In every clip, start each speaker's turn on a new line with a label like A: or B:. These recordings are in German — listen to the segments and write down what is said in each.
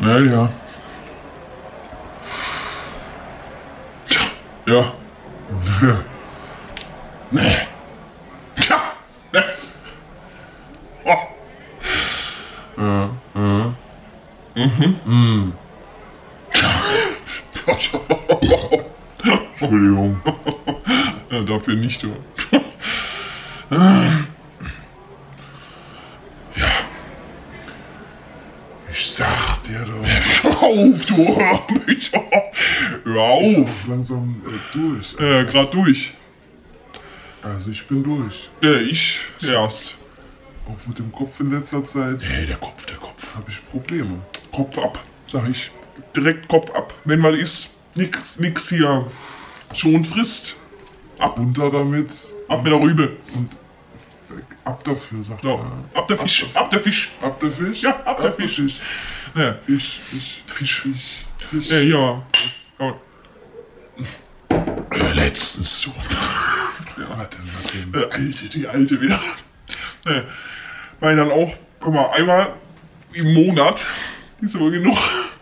A: Ja, ja. Tja, ja. Nee. Nee. Tja. Nee. Oh. Ja, ja. Mhm. Mhm. Tja. Entschuldigung. Ja, dafür nicht. Ja. Ja.
B: Ich sag dir doch.
A: Hör auf, du hör mich auf. Hör
B: Ich bin
A: auf.
B: langsam äh, durch.
A: Äh, grad durch.
B: Also ich bin durch.
A: Äh, ich erst.
B: Auch mit dem Kopf in letzter Zeit
A: Nee, der Kopf, der Kopf.
B: habe ich Probleme.
A: Kopf ab, sag ich. Direkt Kopf ab. Wenn mal ist, nix, nix hier. Schon frisst.
B: Runter damit
A: Ab mit der Rübe.
B: und weg. ab dafür, sagt
A: So,
B: er.
A: ab der Fisch, ab der Fisch.
B: Ab der Fisch?
A: Ja, ab der Fisch.
B: Fisch.
A: Ne,
B: Fisch, Fisch, Fisch, Fisch, Fisch.
A: ne, ja. ja. Äh, Letztens so.
B: Warte, warte.
A: Äh, alte, die alte wieder. Ne. Weil dann auch, guck mal, einmal im Monat ist aber genug.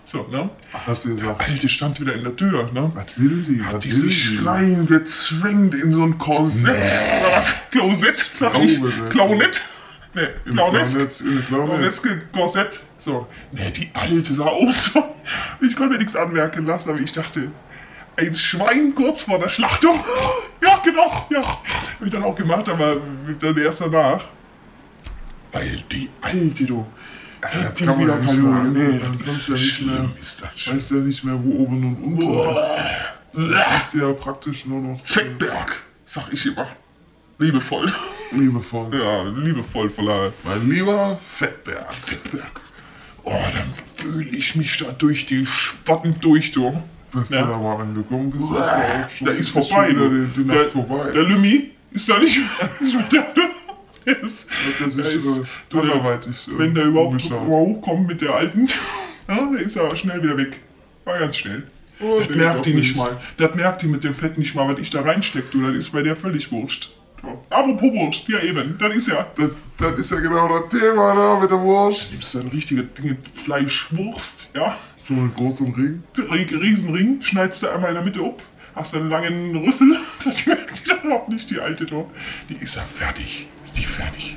A: So, ne?
B: Hast du gesagt,
A: Alte stand wieder in der Tür, ne?
B: was will die?
A: Hat
B: Was
A: die sich reingezwängt in so ein Korsett? Oder was? Klosett, sag ich.
B: Klausett.
A: Klaunett? Ne, Klaunesk.
B: Klaunett, im Klaunett.
A: Klauneske Korsett. So. Ne, die alte sah aus. Ich konnte mir nichts anmerken lassen, aber ich dachte, ein Schwein kurz vor der Schlachtung. Ja, genau, ja. Hab ich dann auch gemacht, aber dann erst danach. Weil die alte, du.
B: Das
A: Die
B: kann man ja
A: wieder
B: nicht mehr.
A: Kalorien.
B: Nee,
A: Nee,
B: dann
A: ist
B: kannst
A: das
B: du ja nicht mehr.
A: schlimm, ist das schlimm.
B: Weißt ja nicht mehr, wo oben und unten ist.
A: Uah.
B: Das ist ja praktisch nur noch
A: Fettberg, sag ich immer. Liebevoll.
B: liebevoll.
A: Ja, liebevoll voller
B: Mein lieber Fettberg.
A: Fettberg. Oh, dann fühle ich mich da durch die Schwatten durch, du.
B: Bist
A: Ja.
B: du da mal angekommen bist,
A: Uah,
B: ist ja auch schon-
A: Da ist vorbei,
B: schon wieder
A: du.
B: die, die Nacht
A: der,
B: vorbei.
A: Der Lümmi ist da nicht. der, der ist,
B: Hat er sich,
A: der ist
B: äh,
A: du, der-
B: anderweitig, äh,
A: Wenn der überhaupt
B: umgeschaut.
A: mal hochkommt mit der alten, ja, der ist ja schnell wieder weg. War ganz schnell.
B: Oh,
A: das
B: nee,
A: merkt
B: doch
A: die nicht
B: nicht.
A: mal. Das merkt die mit dem Fett nicht mal, was ich da reinsteck, du. Das ist bei der völlig Wurscht. So. Apropos Wurscht, ja eben. Das ist ja.
B: das, das ist ja genau das Thema da
A: ne,
B: mit der Wurst.
A: Nimmst du ein richtiges Ding Fleischwurst, ja?
B: So einen großen Ring.
A: Rie- Riesenring, schneidest du einmal in der Mitte ab, hast einen langen Rüssel, das merkt die doch überhaupt nicht, die alte Tor. Die ist ja fertig, ist die fertig.